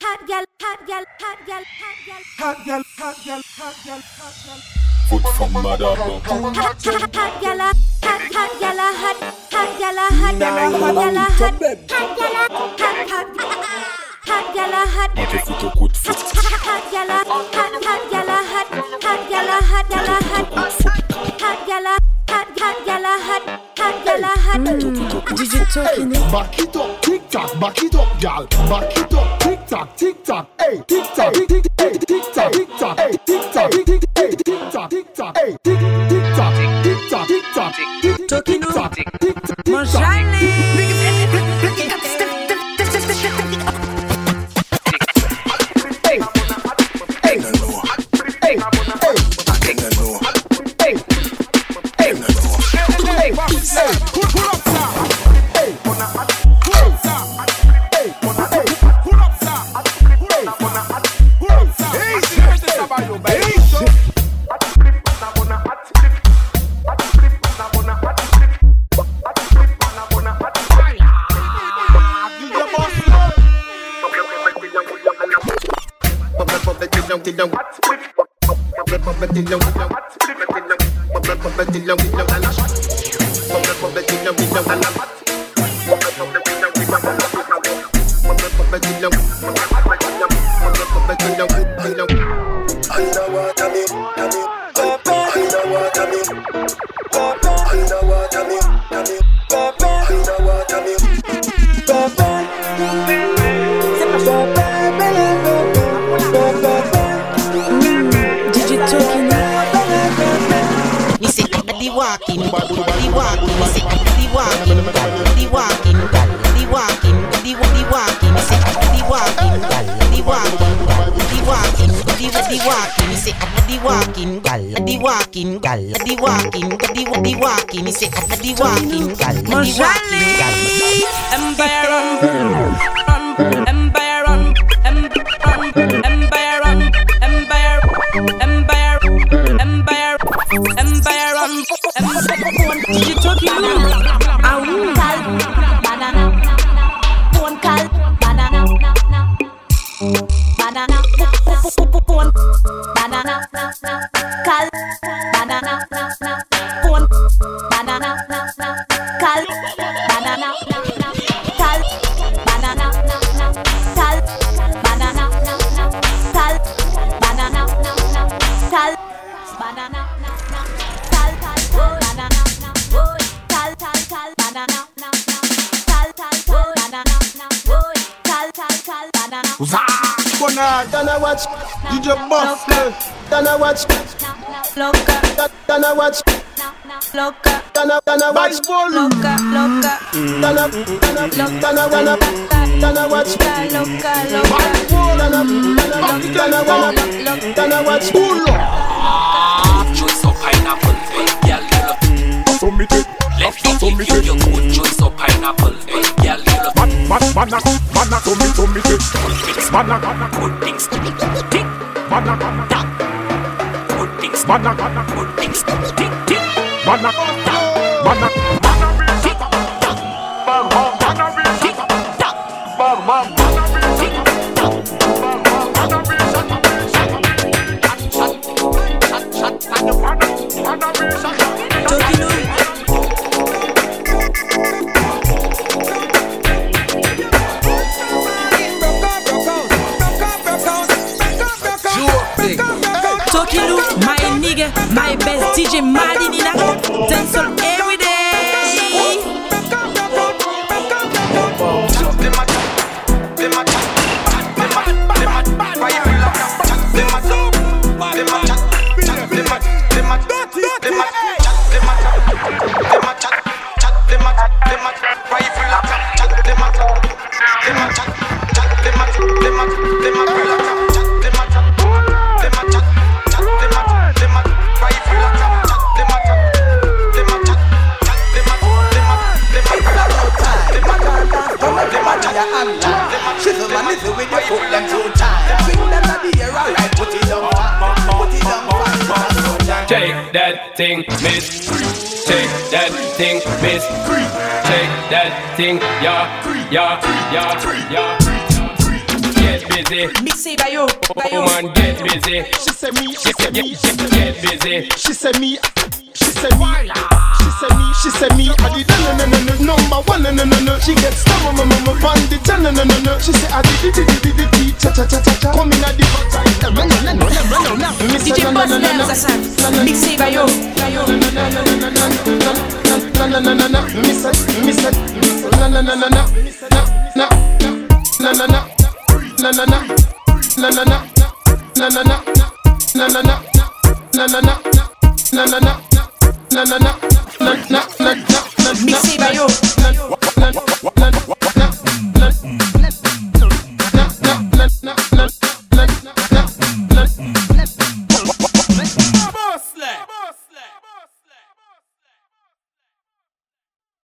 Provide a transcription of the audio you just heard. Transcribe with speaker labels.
Speaker 1: gal, hot gal, hot gal, hot gal.
Speaker 2: Hot gal, hot gal, hot gal, hot gal.
Speaker 3: Foot from Madaba.
Speaker 1: Hot, hot, hot gal, hot, hot gal, hot, hot gal, hot gal, hot gal, hot, hot gal, hot, hot, hot gal, hot,
Speaker 3: Not a foot, a good foot.
Speaker 1: hot gal, hot, hot gal, hot, hot gal, hot gal, hot, hot gal, hot, hot gal, hot, hot gal, hot.
Speaker 4: DJ Talking it.
Speaker 5: Back it up, tick tock, back it up, gal. Back it up, tick tock, tick tock, hey, tick tock, tick tick hey, tick tock, tick tock, hey, tick tock, tick tick hey, tick tock, tick tock, hey, tick tick tock, tick tock, tick tock, tick tick
Speaker 4: Talking
Speaker 5: tick
Speaker 4: up.
Speaker 5: tock, tick tock, tick
Speaker 4: Mange
Speaker 5: tock. Hey, hey, hey, hey. Hey, hey, hey, hey. Hey, hey, hey,
Speaker 6: Underwater me, tummy, underwater me, underwater me, tummy, underwater me,
Speaker 4: DJ Talking it.
Speaker 7: Me say the walking, the walking. Me say the walking, the walking, the walking, the the walking. Me say the walking, the walking, the walking, the the walking. Me say the walking, gal, the walking, gal, the walking, the the walking. Me say the walking, gal, the walking, gal.
Speaker 8: Empire on, Empire on, Empire on, Empire, Empire, Empire, Empire on,
Speaker 4: DJ Talking it. Ah oui.
Speaker 1: Cal, banana, phone cal, banana, banana, phone, banana, cal, banana, phone, banana, cal, banana, cal, banana, cal, banana, cal, banana, cal, banana, cal, banana, cal, cal, cal, banana, cal, cal, cal, banana, cal, cal, cal, banana.
Speaker 5: Bona, Dana watch, DJ Boss, Dana watch,
Speaker 8: loca,
Speaker 5: Dana watch,
Speaker 8: loca,
Speaker 5: Dana Dana watch,
Speaker 8: loca, loca,
Speaker 5: Dana Dana Dana Dana Dana watch,
Speaker 8: loca, loca.
Speaker 5: Dana Dana Dana Dana watch, Pull
Speaker 9: juice or pineapple, eh, hey, girl, you look Let me give you your good juice or pineapple, eh, hey, girl, you look Good things, good things, tick, tack. Good things, good things, tick, tick, tick, tack. Tick, tack. Tick, tack. Shot, shot, shot, shot.
Speaker 4: Talking it. Talking it. My nigga, my best DJ Madinina. Dancehall every day.
Speaker 6: Shizzle and listen with your foot them two times. Swing them at the air, alright. Put it down fast, put it down fast, put it down.
Speaker 10: Take that thing, miss. Take that thing, miss. Take that thing, yeah, yeah, yeah, yeah. Get me busy.
Speaker 4: Me say Bayo, Bayo.
Speaker 10: Woman get busy.
Speaker 6: She say me, she say me, she
Speaker 10: Get, get busy.
Speaker 6: She say me, she say me, she say me, she say me. I did no no no no number one no no no no. She gets down no no no on the ten no no no no. She say I did did did did did cha cha cha cha cha. Come in at the hot time. No no no no no no no.
Speaker 4: DJ Boss Nails Assad. Me say Bayo, Bayo.
Speaker 6: Na na na na na. Me say me say me say na na na na na na na na na na na na na na na na na na na na na na na na na na na na na na na na na na na
Speaker 4: Me say Bayo.